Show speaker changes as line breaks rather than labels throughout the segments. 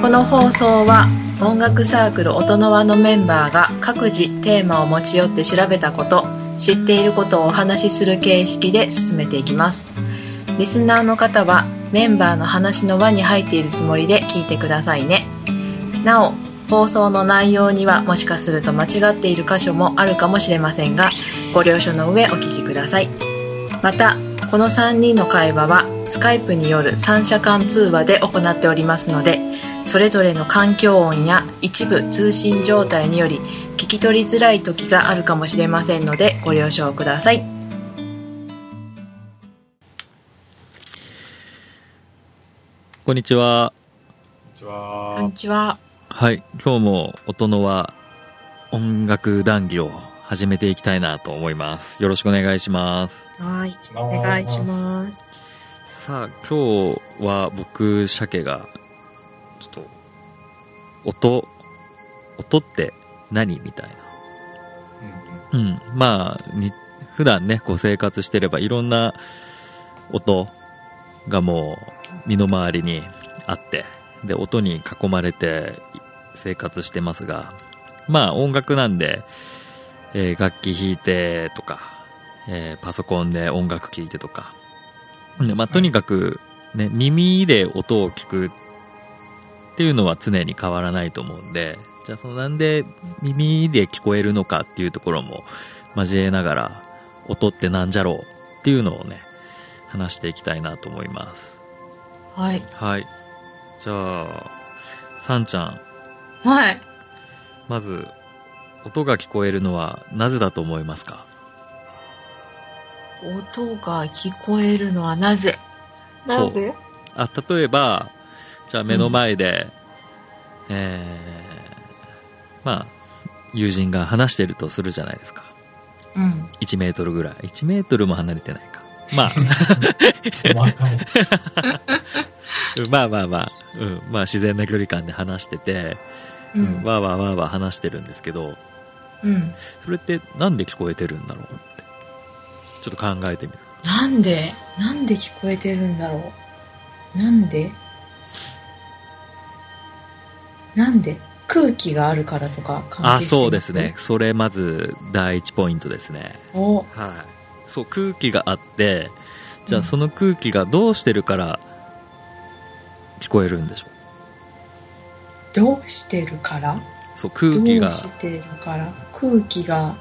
この放送は音楽サークル音の輪のメンバーが各自テーマを持ち寄って調べたこと知っていることをお話しする形式で進めていきますリスナーの方はメンバーの話の輪に入っているつもりで聞いてくださいねなお放送の内容にはもしかすると間違っている箇所もあるかもしれませんがご了承の上お聞きくださいまたこの3人の会話はスカイプによる三者間通話で行っておりますのでそれぞれの環境音や一部通信状態により聞き取りづらい時があるかもしれませんのでご了承ください
こんにちは。
こんにち
こ
は
んにちは
はい、今日も音のは音楽談義を始めていきたいなと思います。よろしくお願いします。
はい
お
お願いします
さあ、今日は僕、鮭が、ちょっと、音、音って何みたいな。うん、まあ、に普段ね、こう生活してればいろんな音がもう身の回りにあって、で、音に囲まれて生活してますが、まあ音楽なんで、えー楽器弾いてとか、えーパソコンで音楽聴いてとか、でまあとにかく、ね、耳で音を聞くっていうのは常に変わらないと思うんで、じゃあそのなんで耳で聞こえるのかっていうところも交えながら、音ってなんじゃろうっていうのをね、話していきたいなと思います。
はい
はい。じゃあ、さんちゃん、
はい
まず、音が聞こえるのはなぜだと思いますか
音が聞こえるのはなぜ
なぜあ、例えば、じゃあ目の前で、えー、まあ、友人が話してるとするじゃないですか。
うん
1メートルぐらい。1メートルも離れてないか。まあ、
細かい
まあまあまあ、うん、まあ自然な距離感で話してて、
う
わー
ん
わーわーわー話してるんですけど、
うん
それってなんで聞こえてるんだろうって。ちょっと考えてみる。
なんでなんで聞こえてるんだろうなんでなんで空気があるからとか関係し
あ、
てます
そうですね。それまず第一ポイントですね。
お
はい。そう、空気があって、じゃ
う
あ
ん
その空気がどうしてるから聞こえるんでしょう。
どうしてるから
そう、空気
ど
が
う。してるから空気が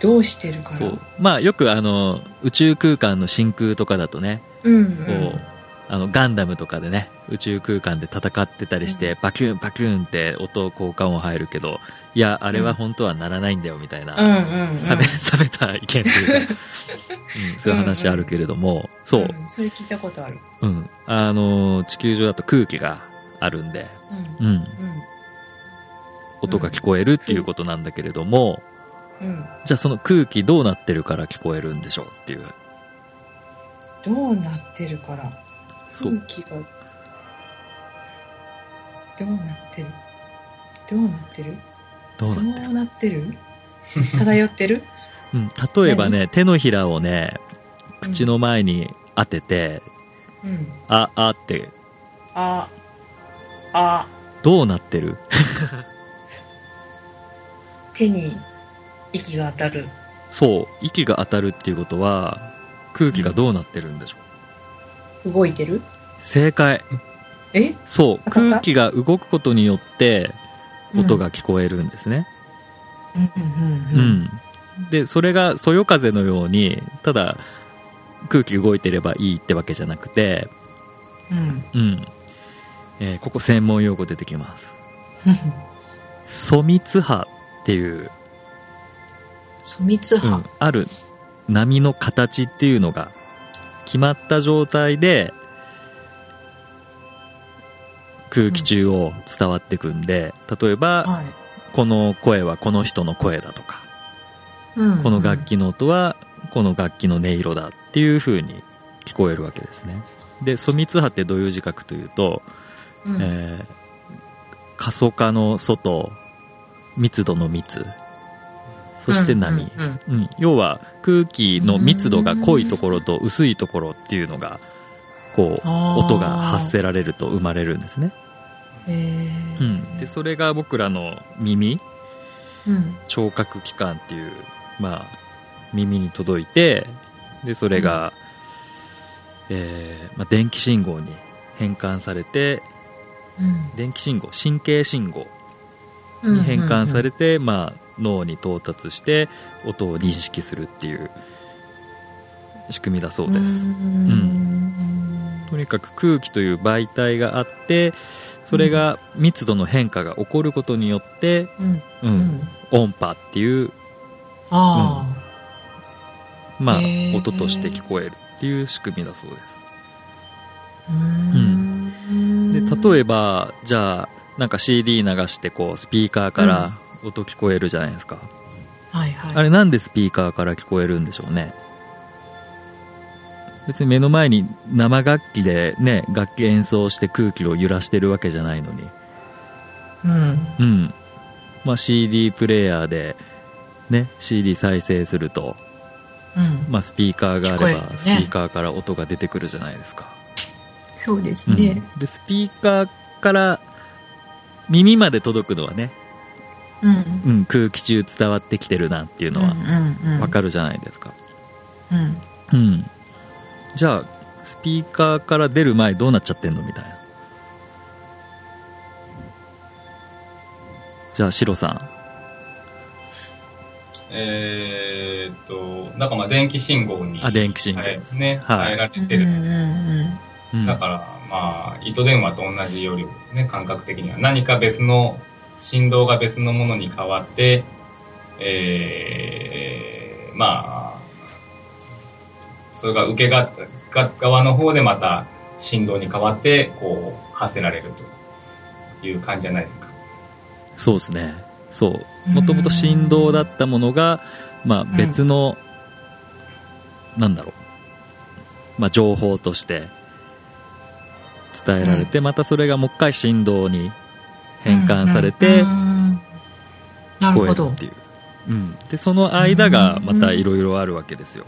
どうしてるから
そう。まあよくあの、宇宙空間の真空とかだとね、
うん
こう、あの、ガンダムとかでね、宇宙空間で戦ってたりして、パキュンパキュンって音交換音入るけど、いや、あれは本当はならないんだよみたいな。
うんうんうんうん
冷め、冷めた意見 というか、うん、そういう話あるけれども、そう、
んそれ聞いたことある
うん。あのー、地球上だと空気があるんで、
うん
うん、
う
音が聞こえるっていうことなんだけれども、
んうん
じゃあその空気どうなってるから聞こえるんでしょうっていう。
どうなってるから
そ
空
う。
気がどうなってるどうなってる
どう
ど
なってる
うなってる漂ってる
うん。例えばね、手のひらをね、
うん
口の前に当てて、
うん
あ、あって、
ああ
どうなってる
手に息が当たる
そう。息が当たるっていうことは、空気がどうなってるんでしょう。
動いてる
正解。
え
そう。
わかった
空気が動くことによって、
うん
音が聞こえるんですね。
うんうんう
うんん。で、それがそよ風のように、ただ空気動いてればいいってわけじゃなくて、
うん
うん。えーここ専門用語出てきます。ソミツ波っていう、
粗密
う
波
ん、ある波の形っていうのが決まった状態で空気中を伝わってくんで、例えば、
はい
この声はこの人の声だとか、
うん
この楽器の音はこの楽器の音色だっていう風に聞こえるわけですね。で、ソミツ波ってどういう字書くというと、
うん
えー、過疎化の素と密度の密、そして波。
うんうん
うん、要は空気の密度が濃いところと薄いところっていうのが、こう、
あー
音が発せられると生まれるんですね。
へえ
うん、でそれが僕らの耳
うん
聴覚器官っていう、まあ、耳に届いてでそれが、えーまあ、電気信号に変換されて
うん
電気信号神経信号
うん
に変換されて、まあ、脳に到達して音を認識するっていう仕組みだそうです。
うんうん
とにかく空気という媒体があってそれが密度の変化が起こることによって、
うん
うん
うん
音波っていう、
あ
まあ
へー
音として聞こえるっていう仕組みだそうです。
あうん
で
え
例えばじゃあなんか CD 流してこうスピーカーから音聞こえるじゃないですか、
ばはいはい
あれなんでスピーカーから聞こえるんでしょうね別に目の前に生楽器でね楽器演奏して空気を揺らしてるわけじゃないのに
うん
うんまあ CD プレイヤーでね CD 再生すると、
うん
まあ、スピーカーがあ
聞こえ
れ
るよ
ば
ね
スピーカーから音が出てくるじゃないですか、
そうです
うん
ね
でスピーカーから耳まで届くのはね、
うん
うん、空気中伝わってきてるなっていうのはわ
わ
かるじゃないですか、
るうん
うんじゃあスピーカーから出る前どうなっちゃってんのみたいなじゃあシロさん
えーっと、なんかまあ電気信号に、
あ電気信号
あれですね、
はい
変えられ
うん
てる。
うん
うん
だから、まあ、糸電話と同じ要領ですね、感覚的には。何か別の、振動が別のものに変わって、えー、まあ、それが受けがが側の方でまた振動に変わって、こう、発せられるという感じじゃないですか。
そうですねそう
うん
もともと振動だったものが、まあ、別の、なんだろう、まあ、情報として伝えられて、またそれがもう一回振動に変換されて
うんうんうんな
聞
る
こえ
ほ
る
ど
っていう、うん、でその間がまたいろいろあるわけですよ、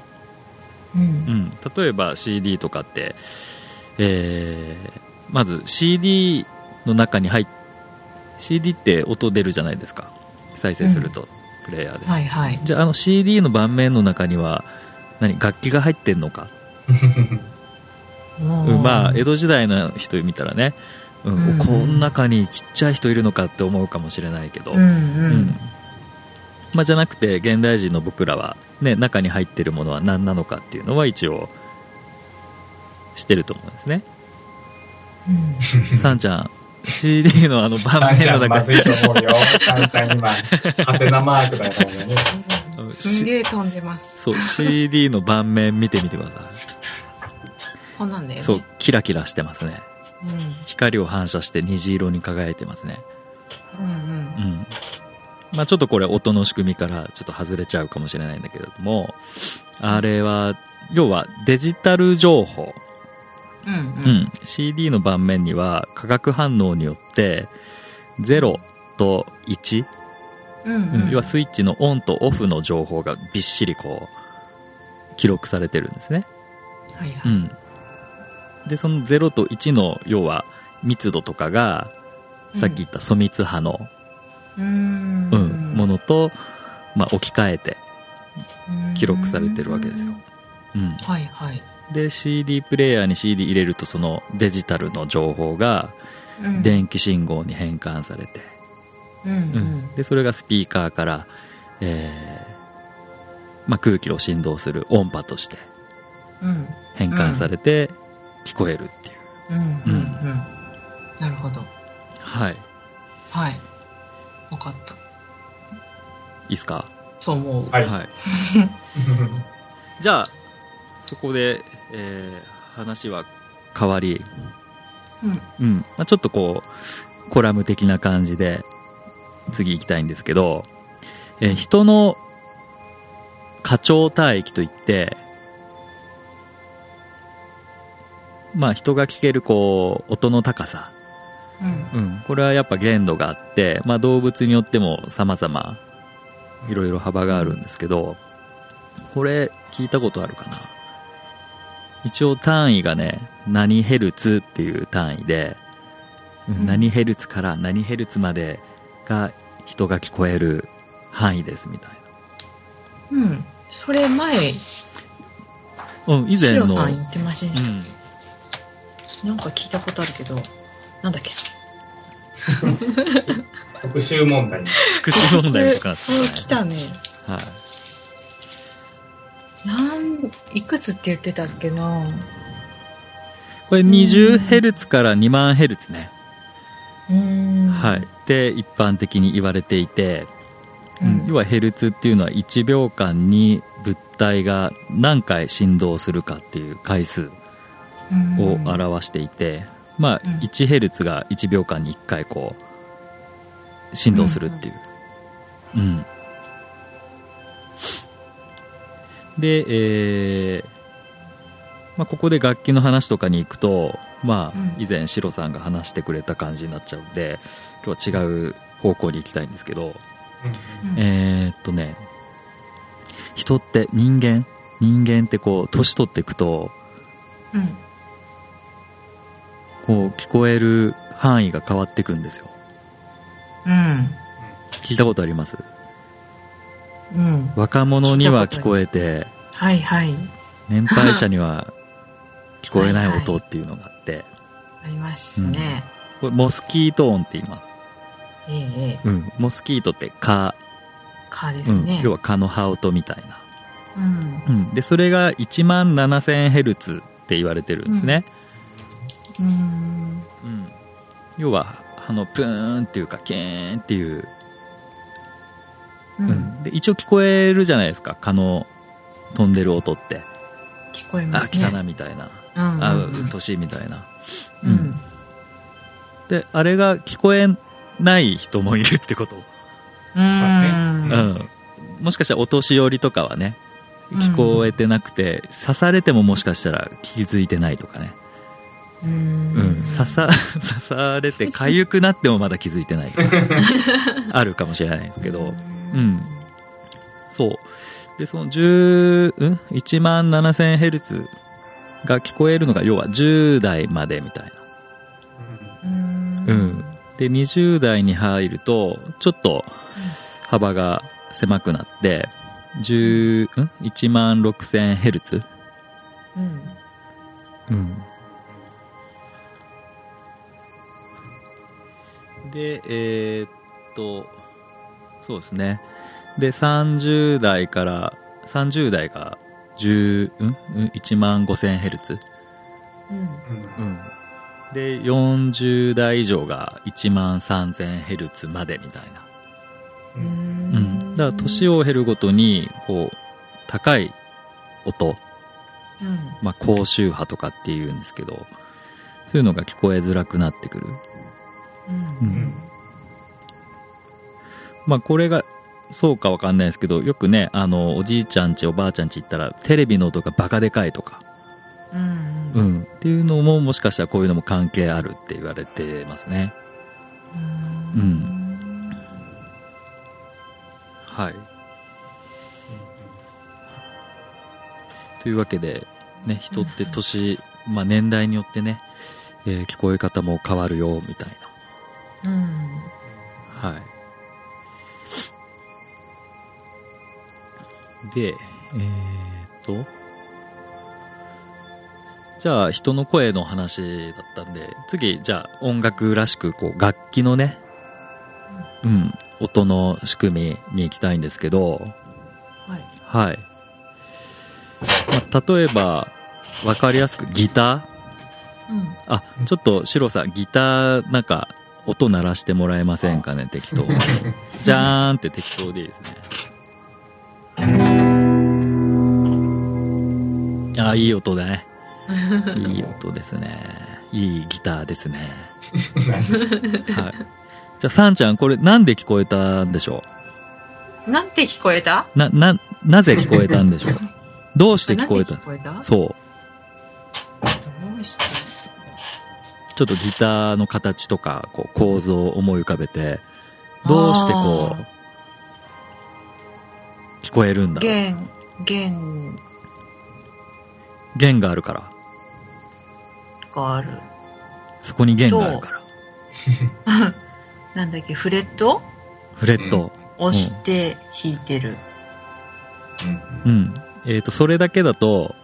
う
うんん、例えば CD とかって、えーまず CD の中に入っ CD って音出るじゃないですか再生すると、プレイヤーで、
はいはい
じゃああの CD の盤面の中には何楽器が入ってんのか、うんまあ江戸時代の人見たら
うん
ね、うん
うん
こん中にちっちゃい人いるのかって思うかもしれないけど、
うんう
うん
ん
まあ、じゃなくて現代人の僕らは、ね、中に入ってるものは何なのかっていうのは一応してると思うんですね。
うん
さんちゃん CD のあの
サ
盤
ンち
面
ゃ
の
んま
中
ずいと思うよ。サンちゃん今、ハテナマークだからね。
うん
す
し
げえ飛んでます
そう CD の盤面見てみてくださ
こんなんだよ
い
ね
そうキラキラしてますね
うん
光を反射して虹色に輝いてますね
うんうん
うんまあちょっとこれ音の仕組みからちょっと外れちゃうかもしれないんだけれどもあれは要はデジタル情報
うん
うん CD の盤面には化学反応によって0と1、
うん
うん
うん
要はスイッチのオンとオフの情報がびっしりこう記録されてるんですね、
はいは
う
い
ん、でその0と1の要は密度とかがさっき言った粗密波の、
うーん
うんものと、まあ、置き換えて記録されてるわけですよ、うん、
はいはい
で CD プレイヤーに CD 入れるとそのデジタルの情報が
うん
電気信号に変換され
う
て、
んうん
でそれがスピーカーから、えーまあ、空気を振動する音波として
うん
変換されて聞こえるって
う
いう、
んうんうんなるほど
はいい
はい分かった
いですか
と思う
はい。
じゃあそこで、えー話は変わり、
うん
うんまあ、ちょっとこうコラム的な感じで次行きたいんですけど、えー人の過聴帯域といってまあ人が聞けるこう音の高さ、
うん
うん、これはやっぱ限度があって、まあ、動物によっても様々いろいろ幅があるんですけどこれ聞いたことあるかな一応単位がね何ヘルツっていう単位でうん何ヘルツから何ヘルツまでが人が聞こえる範囲ですみたい
うん。それ前、
な。うん、以
シ
前の。
ロさん言ってませんでし
うん
た、なんか聞いたことあるけど、なんだっけ
特集問題に。
福祉問題とかあっ
そうそう来たね。
たはい。
なん、いくつって言ってたっけな
これ 20Hz から2万 Hz ね。
うーん。
はい。で、一般的に言われていて、
う
うん
ん。
要はヘルツっていうのは1秒間に物体が何回振動するかっていう回数を
うん
表していて、まあ
うん
1Hz が1秒間に1回こう振動するっていう。うん。で、えーまあ、ここで楽器の話とかに行くと、まあ、
うん
以前シロさんが話してくれた感じになっちゃうんで今日は違う方向に行きたいんですけど、
うん
えーっとね人って人間人間ってこう年取っていくと
うん。
こう聞こえる範囲が変わっていくんですよ
うん。
聞いたことあります
うん。
若者には聞こえて
はいはい。
年配者 には聞こえない音っていうのがあって
ありますね。
これモスキート音って言います、
ええええ。
うん、モスキートって蚊、
かで
う
す
ん
ね。
要は蚊の羽音みたいな、
うん。
うん、でそれが1万 7000Hz って言われてるんですね、
うん。
うん、要はあのプーンっていうかキーンっていう、
う
うん
ん。
で一応聞こえるじゃないですか蚊の飛んでる音って、
聞こえ
あ
ます
来
ね。
たなみたいな、
うん。
あ
うん
年みたいな
うん。うん
であれが聞こえない人もいるってこと、
うん。う
う
んん
もしかしたらお年寄りとかはね
うん
聞こえてなくて、刺されてももしかしたら気づいてないとかね、
うん
うん刺さ 刺されて痒くなってもまだ気づいてないとか あるかもしれないですけど、うん。そう。で、その10、うん ?1 万7000ヘルツが聞こえるのが、要は10代までみたいな。
うん。
うん。で、20代に入ると、ちょっと幅が狭くなって、10、うん ?1 万6000ヘルツ
うん。
うん。で、えーっと、そうですね。で、30代から、30代が10、うんうん ?1 万5000ヘルツ。
うん。
うん。で、40代以上が1万3000ヘルツまでみたいな。
う
うんん。だから、年を経るごとに、こう、高い音、
うん。
まあ、高周波とかっていうんですけど、そういうのが聞こえづらくなってくる。
うん
う。んまあこれがそうかわかんないですけどよくねあのおじいちゃんちおばあちゃんち行ったらテレビの音がバカでかいとか、
うん。
う。ん、っていうのももしかしたらこういうのも関係あるって言われてますねうんはいというわけでね人って年、まあ、年代によってね、えー聞こえ方も変わるよみたい
うん。
なはいでえー、っとじゃあ人の声の話だったんで次じゃあ音楽らしくこう楽器のねうん音の仕組みに行きたいんですけど
はい。
はい、まあ例えば分かりやすくギタ
うん。
ーあちょっとシロさんギターなんか音鳴らしてもらえませんかね適 当にじゃーんって適当でいいですねあいい音だ ねいい音ですねいいギターですねはいじゃあさんちゃんこれなんで聞こえたんでしょ
なんて聞こえた
うなななぜ聞こえたんでし ょうどうして聞こえ
な
た
んて聞こえたど
そう
うして
ちょっとギターの形とか、こう、構造を思い浮かべて、どうしてこ
あ
う、聞こえるんだろう。
弦、弦
弦があるから。
がある。
そこに弦があるから。
なんだっけ、フレット
フレット。
押して弾いてる。
うん。えっ、と、それだけだと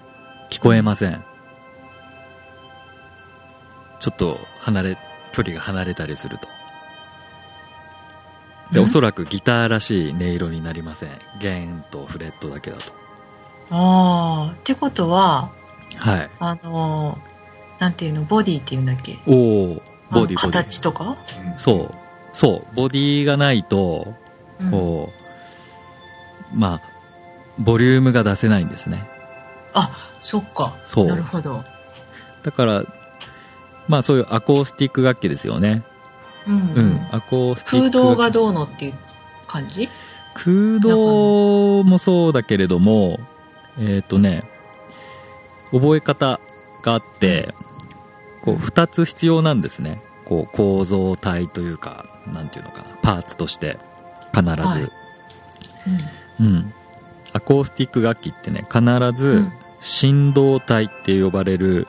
聞こえません。ちょっと離れ、距離が離れたりすると。で、
うん
おそらくギターらしい音色になりません。弦とフレットだけだと。
ああ、ってことは、
はい。
あのーなんていうの、ボディっていうんだっけ
おおボ
あ
ディボデ
形
ィ。
とか、
うん
そう。そう。ボディがないと、
うん
こう、まあ、ボリュームが出せないんですね。
あ、そっか。
そう
なるほど。
だから、まあそういうアコースティック楽器ですよね。
うん、
う
うんん。、
アコースティッ
空
ク。
洞がどうのっていう感じ
空洞もそうだけれども、えっ、とね、覚え方があって、こう、二つ必要なんですね。こう、構造体というか、なんていうのかな、パーツとして、必ず。
はいうん。
うん。アコースティック楽器ってね、必
う
ず
ん、
振動体って呼ばれる、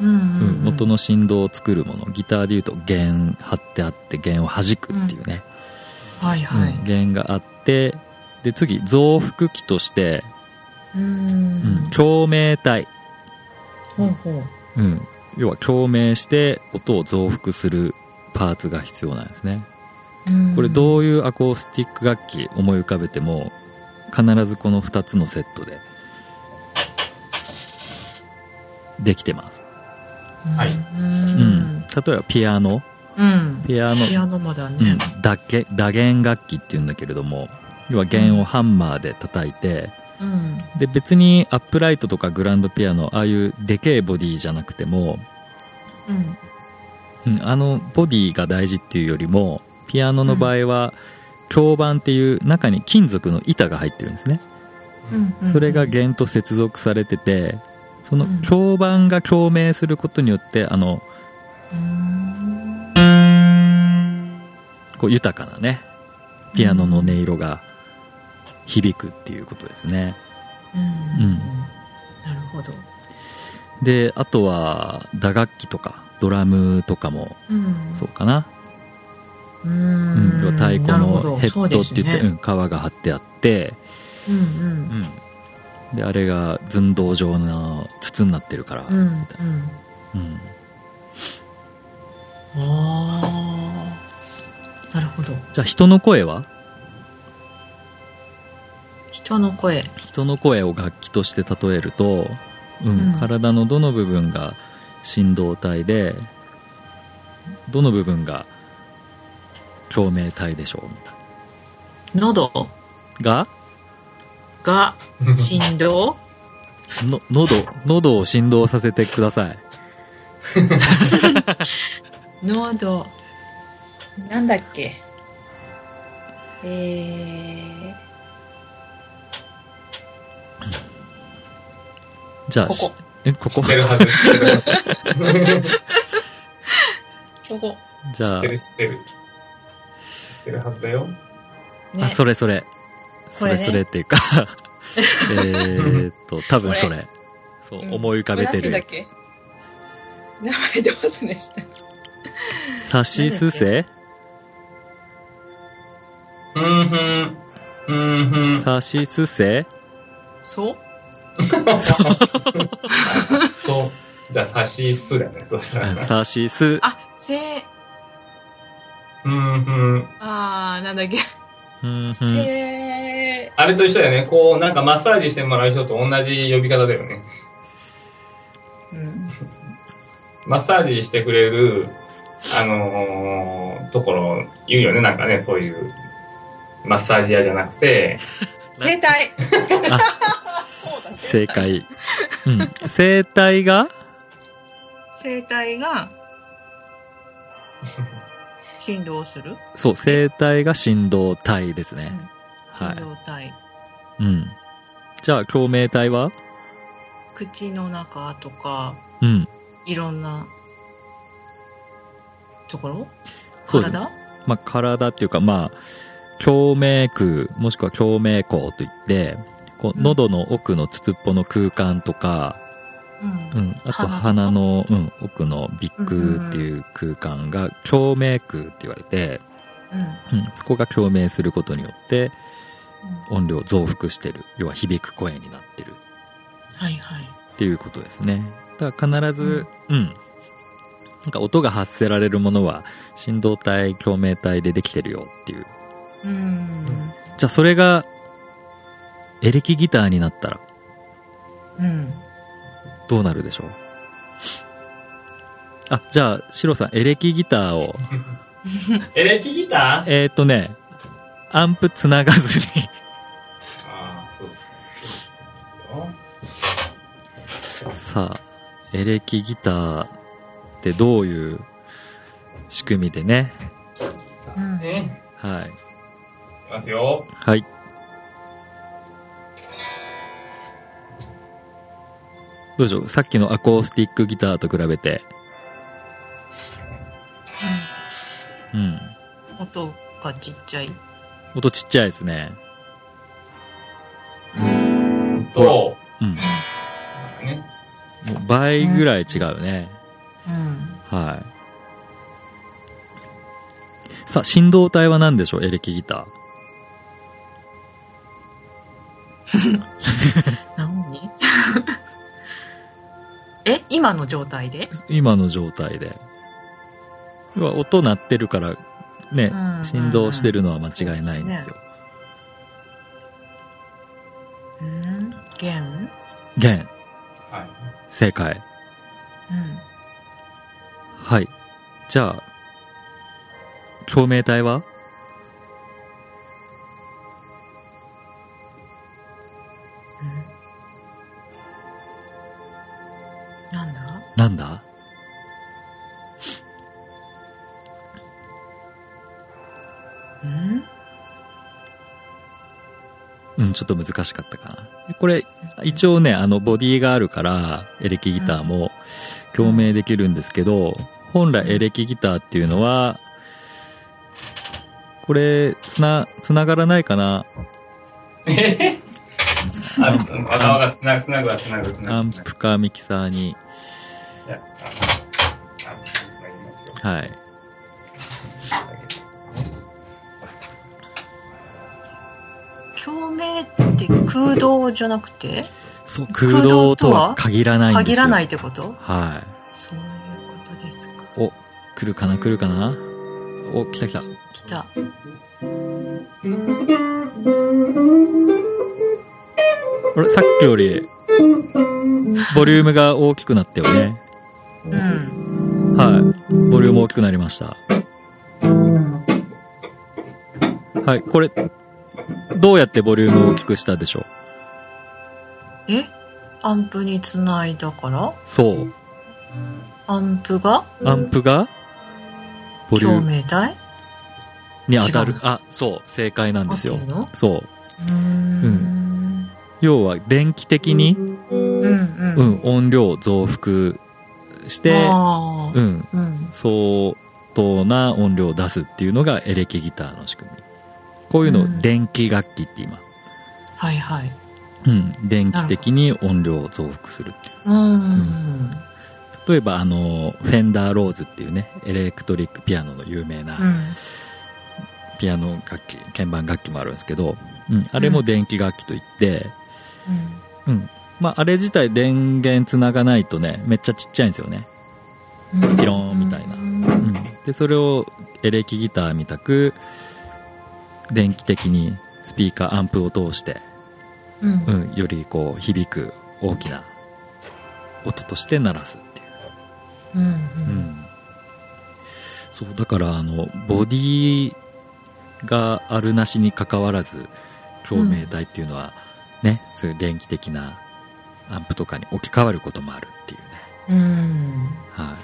うん、
うん元の振動を作るもの。ギターで言うと弦張ってあって、弦を弾くっていうね。
はいはい。
うん弦があってで次増幅器として、
うー
うん
ん。
共鳴体、
ほうほう。
うん、要は共鳴して音を増幅するパーツが必要なんですね
うん
これどういうアコースティック楽器思い浮かべても必ずこの2つのセットでできてます、
はい
う
う
ん
ん。
例えばピアノ
うん。
ピアノ
ピアノまだ
う
ね
ん。、打鍵打鍵楽器っていうんだけれども要は弦をハンマーで叩いて、
うん。
で別にアップライトとかグランドピアノああいうでけえボディじゃなくても、
うん。
うん、あのボディが大事っていうよりもピアノの場合は響板っていう中に金属の板が入ってるんですね
うん。うん
それが弦と接続されててその響板が共鳴することによってあの
うん
こう豊かなねピアノの音色が響くっていうことですね
うん。
うん
なるほど。
であとは打楽器とかドラムとかも
うん。
そうかな、
うー
うん、要は
ん。
太鼓
なるほ
の
ど
ヘッドって言って、
そう
うん、皮が張ってあって、
ですねうんうん。
であれが寸胴状の筒になってるから、
うんうん。
うん
ああ。なるほど。
じゃあ人の声は
人の声。
人の声を楽器として例えると、うん
うん
体のどの部分が振動体でどの部分が共鳴体でしょうみたい
喉
なが
が振動
の喉喉を振動させてください
喉。なんだっけえー、
じゃあ
ここ
しえこ
知
こ
ってるはず。
ここ。
じ
知
ゃ
っ
あ
てる知ってる。知ってるはずだよ。
ね
あ、それそれ。
こ
そ
れ
れ
ね
それっていうか、えーっと、多分それ。そうう、
ん
思い浮かべて
これなん
る。
て言うんだっけ名前で忘れした。
さしすせ
うんふん。うんふん。
さしすせ
そう
そう。じゃあ、差しすだね。そしたら
あ。さしす。
あ、せ、
うんふん。
あー、なんだっけ、
うんうん
せ
あれと一緒だよね。こう、なんかマッサージしてもらう人と同じ呼び方だよね。
うん。
マッサージしてくれる、あのーところ、言うよね。なんかね、そういう、マッサージ屋じゃなくて、
生体。
あ
そうだ、
正解。うん。声帯が
生体 が、振動する
そう、声帯が振動体ですね。は
振
い。
動体。
うん。じゃあ、共鳴体は
口の中とか、
うん。
いろんな、ところ
そうですね
体
まあ、体っていうか、まあ、共鳴腔、もしくは共鳴腔といって、こう、喉の奥の筒っぽの空間とか、
ううん
うん、あと
鼻
鼻の、うん、奥の鼻腔っていう空間が共鳴腔って言われて、
うん
うん、そこが共鳴することによって音量を増幅してる要は響く声になってる
はいはい
っていうことですねだから必ずうん、なんか音が発せられるものは振動体共鳴体でできてるよっていう
うん
じゃあそれがエレキギターになったら
うん
どうなるでしょうあじゃあシロさんエレキギターを
エレキギター
えーっ、とね、アンプつながず に、
ああ、そうですね。
さあ、エレキギターってどういう仕組みでね。
うん
ね。
はい。
いきますよ。
はい。どうでしょうさっきのアコースティックギターと比べて。うん。
音がちっちゃい
音ちっちゃいですね。
と、
うん。
ね。
もう倍ぐらい違うね。
うん
はい。さあ、振動体は何でしょうエレキギター。
何 え今の状態で
今の状態で。要は音鳴ってるから、ね
うんう、ん
振動してるのは間違いないんですよ。
うん弦
弦、
はい。
正解。
うん
はい。じゃあ、共鳴体は
なんだ
なんだ
うん
うん、ちょっと難しかったかな。これ、一応ね、あの、ボディがあるから、エレキギターも共鳴できるんですけど、本来エレキギターっていうのは、これ、つな、つながらないかな
あ、頭がつなぐ、つなぐはつなぐ、つなぐ。
アンプかミキサーに。
いや。アンプつなぎますよ。
はい。
共鳴って空洞じゃなくて
そう、空洞
空洞と
とは
は
限らないんです
限
よ。
らないってこと
は
そういうことですか
い。お、来るかな来るかなお、来た来た。
来た
あれ、さっきより、ボリュームが大きくなったよね。
うん
はい。ボリューム大きくなりました。はい、これ、どうやってボリュームを大きくしたでしょう
えアンプにつないだから
そう。
アンプが
アンプが、ボリュー
共
ム
鳴体
に当たる
違う。
あ、そう、正解なんですよ
合ってるの。
そ
う
う。
ーん
要は、電気的に、
うんうん
うん、音量を増幅して、
あ
う
ー
ん、
うん
相当な音量を出すっていうのがエレキギターの仕組み。こういうの
うん
を電気楽器って今、
はいはい
うん、電気的に音量を増幅するっていう。
うん
例えば、あの、フェンダーローズっていうね、エレクトリックピアノの有名
う
なんピアノ楽器、鍵盤楽器もあるんですけど、うん、あれも電気楽器といって、
うん
うん、まあ、あれ自体電源つながないとね、めっちゃちっちゃいんですよね。ピローンみたいな
うん
うん、でそれをエレキギターみたく電気的にスピーカーアンプを通して、
うん
うん、よりこう響く大きな音として鳴らすっ
う
ていう、
んうん
うん、そうだからあのボディがあるなしにかかわらず共鳴体っていうのはね、そういう電気的なアンプとかに置き換わることもあるっていうね、
うん
はい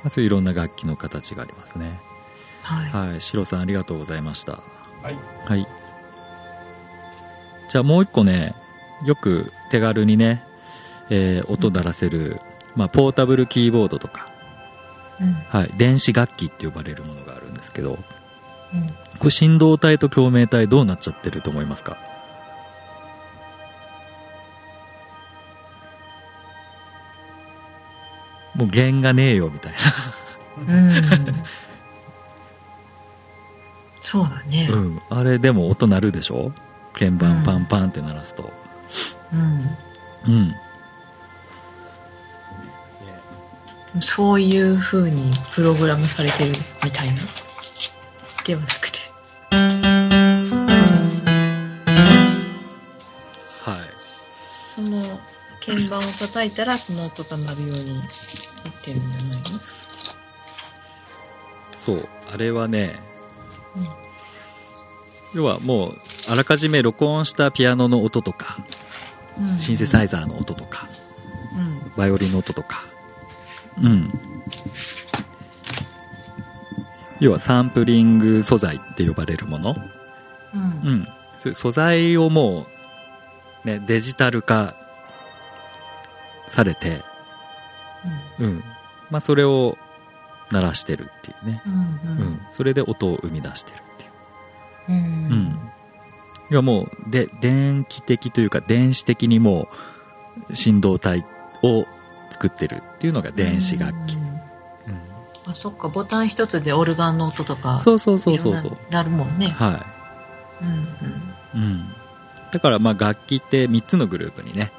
まあ、そういういろんな楽器の形がありますね、
は
はい、シロさんありがとうございました。
はい。
はい。じゃあもう一個ね、よく手軽にね、えー音鳴らせる、まあ、ポータブルキーボードとか、
いうん
はい、電子楽器って呼ばれるものがあるんですけ
う
ど、
ん
これ振動体と共鳴体どうなっちゃってると思いますかもう弦がねえよみたい
うん。そうだね
な、。うん、 あれでも音鳴るでしょ鍵盤パンパンって鳴らすと
うん。
うん
そういう風にプログラムされてるみたいな。ではなくて。
はい
その鍵盤を叩いたらその音が鳴るようになってるんじゃないの
そうあれはね、
うん
要はもうあらかじめ録音したピアノの音とかシンセサイザーの音とか
うん
バイオリンの音とかうん要はサンプリング素材って呼ばれるもの、
うん
うん、そういう素材をもう、ね、デジタル化されて、うんまあ、それを鳴らしてるっていうね、
うん
うんそれで音を生み出してるっていう
うんう
うんん。いやもう、で、電気的というか電子的にもう振動体を作ってるっていうのが電子楽器
う。んあそっかボタン一つでオルガンの音とか
そうそうそうそうそう
いろん。ななるもんね
は
うん
い。うん。だからまあ楽器って3つのグループにね、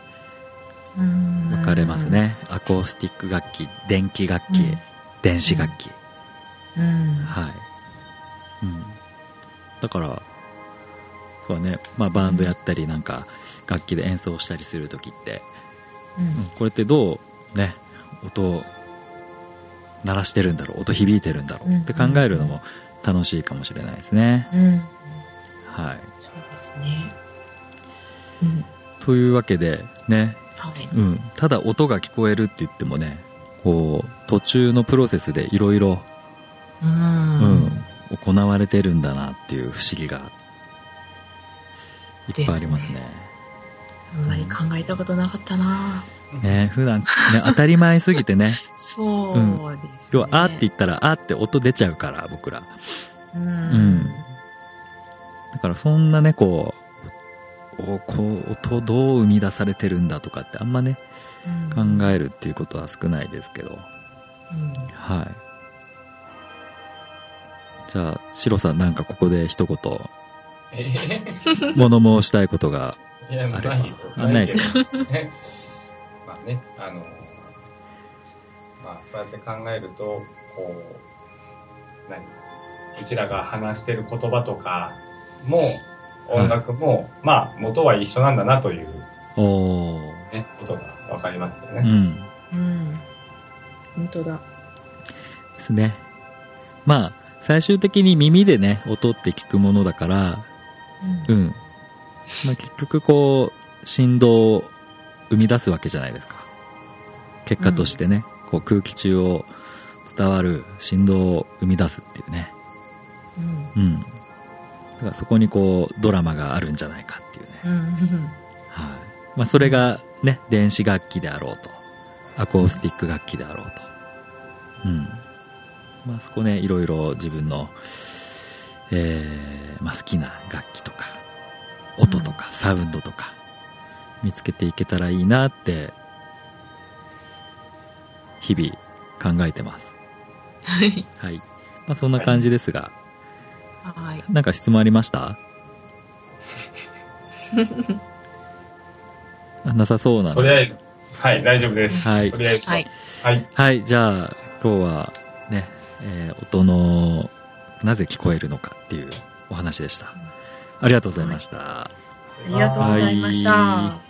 うん
分かれますね。アコースティック楽器、電気楽器、
うん
電子楽器。
うん
はい。うん。だから、そうだね、まあバンドやったりなんか楽器で演奏したりするときって、
うん
これってどうね音を鳴らしてるんだろう音響いてるんだろうって考えるのも楽しいかもしれないですね、
うん
はい、
そうですねうん
というわけでね、
はい
うん、ただ音が聞こえるって言ってもねこう途中のプロセスでいろいろ
うん
行われてるんだなっていう不思議がいっぱいありますね
あんまり考えたことなかったな
ね普段ね当たり前すぎてね
そうです
要
ね
は「あ」って言ったら「あ」って音出ちゃうから僕ら
う
うんだからそんなねこうおこう音どう生み出されてるんだとかってあんまね考
うん
えるっていうことは少ないですけど
うん
はいじゃあシロさんなんかここで一言
えー
物申したいことが
いや、もうないよ
あれば
けど まあね、あの、まあ、そうやって考えると、こう、何うちらが話してる言葉とかも、音楽も、まあ、元は一緒なんだなという、
おお
ね、ことがわかりますよ
う
ね。
ん
うん本当だ
ですねまあ最終的に耳でね音って聞くものだから
う
うんん、まあ、結局こう振動を生み出すわけじゃないですか結果としてね、こう空気中を伝わる振動を生み出すっていうね
うん
うんだからそこにこうドラマがあるんじゃないかっていうね、
うん
はいまあ、それがね電子楽器であろうとアコースティック楽器であろうとうんまあそこねいろいろ自分のえーまあ、好きな楽器とか音とかサウンドとか見つけていけたらいいなって日々考えてます
はい
はい、まあ、そんな感じですが、
はい
なんか質問ありましたあなさそうなの
とりあえず、はい、大丈夫です。
はい
とりあえず、
はい
はい
はい、じゃあ今日はね、えー音のなぜ聞こえるのかっていうお話でした。ありがとうございました。
ありがとうございました。
は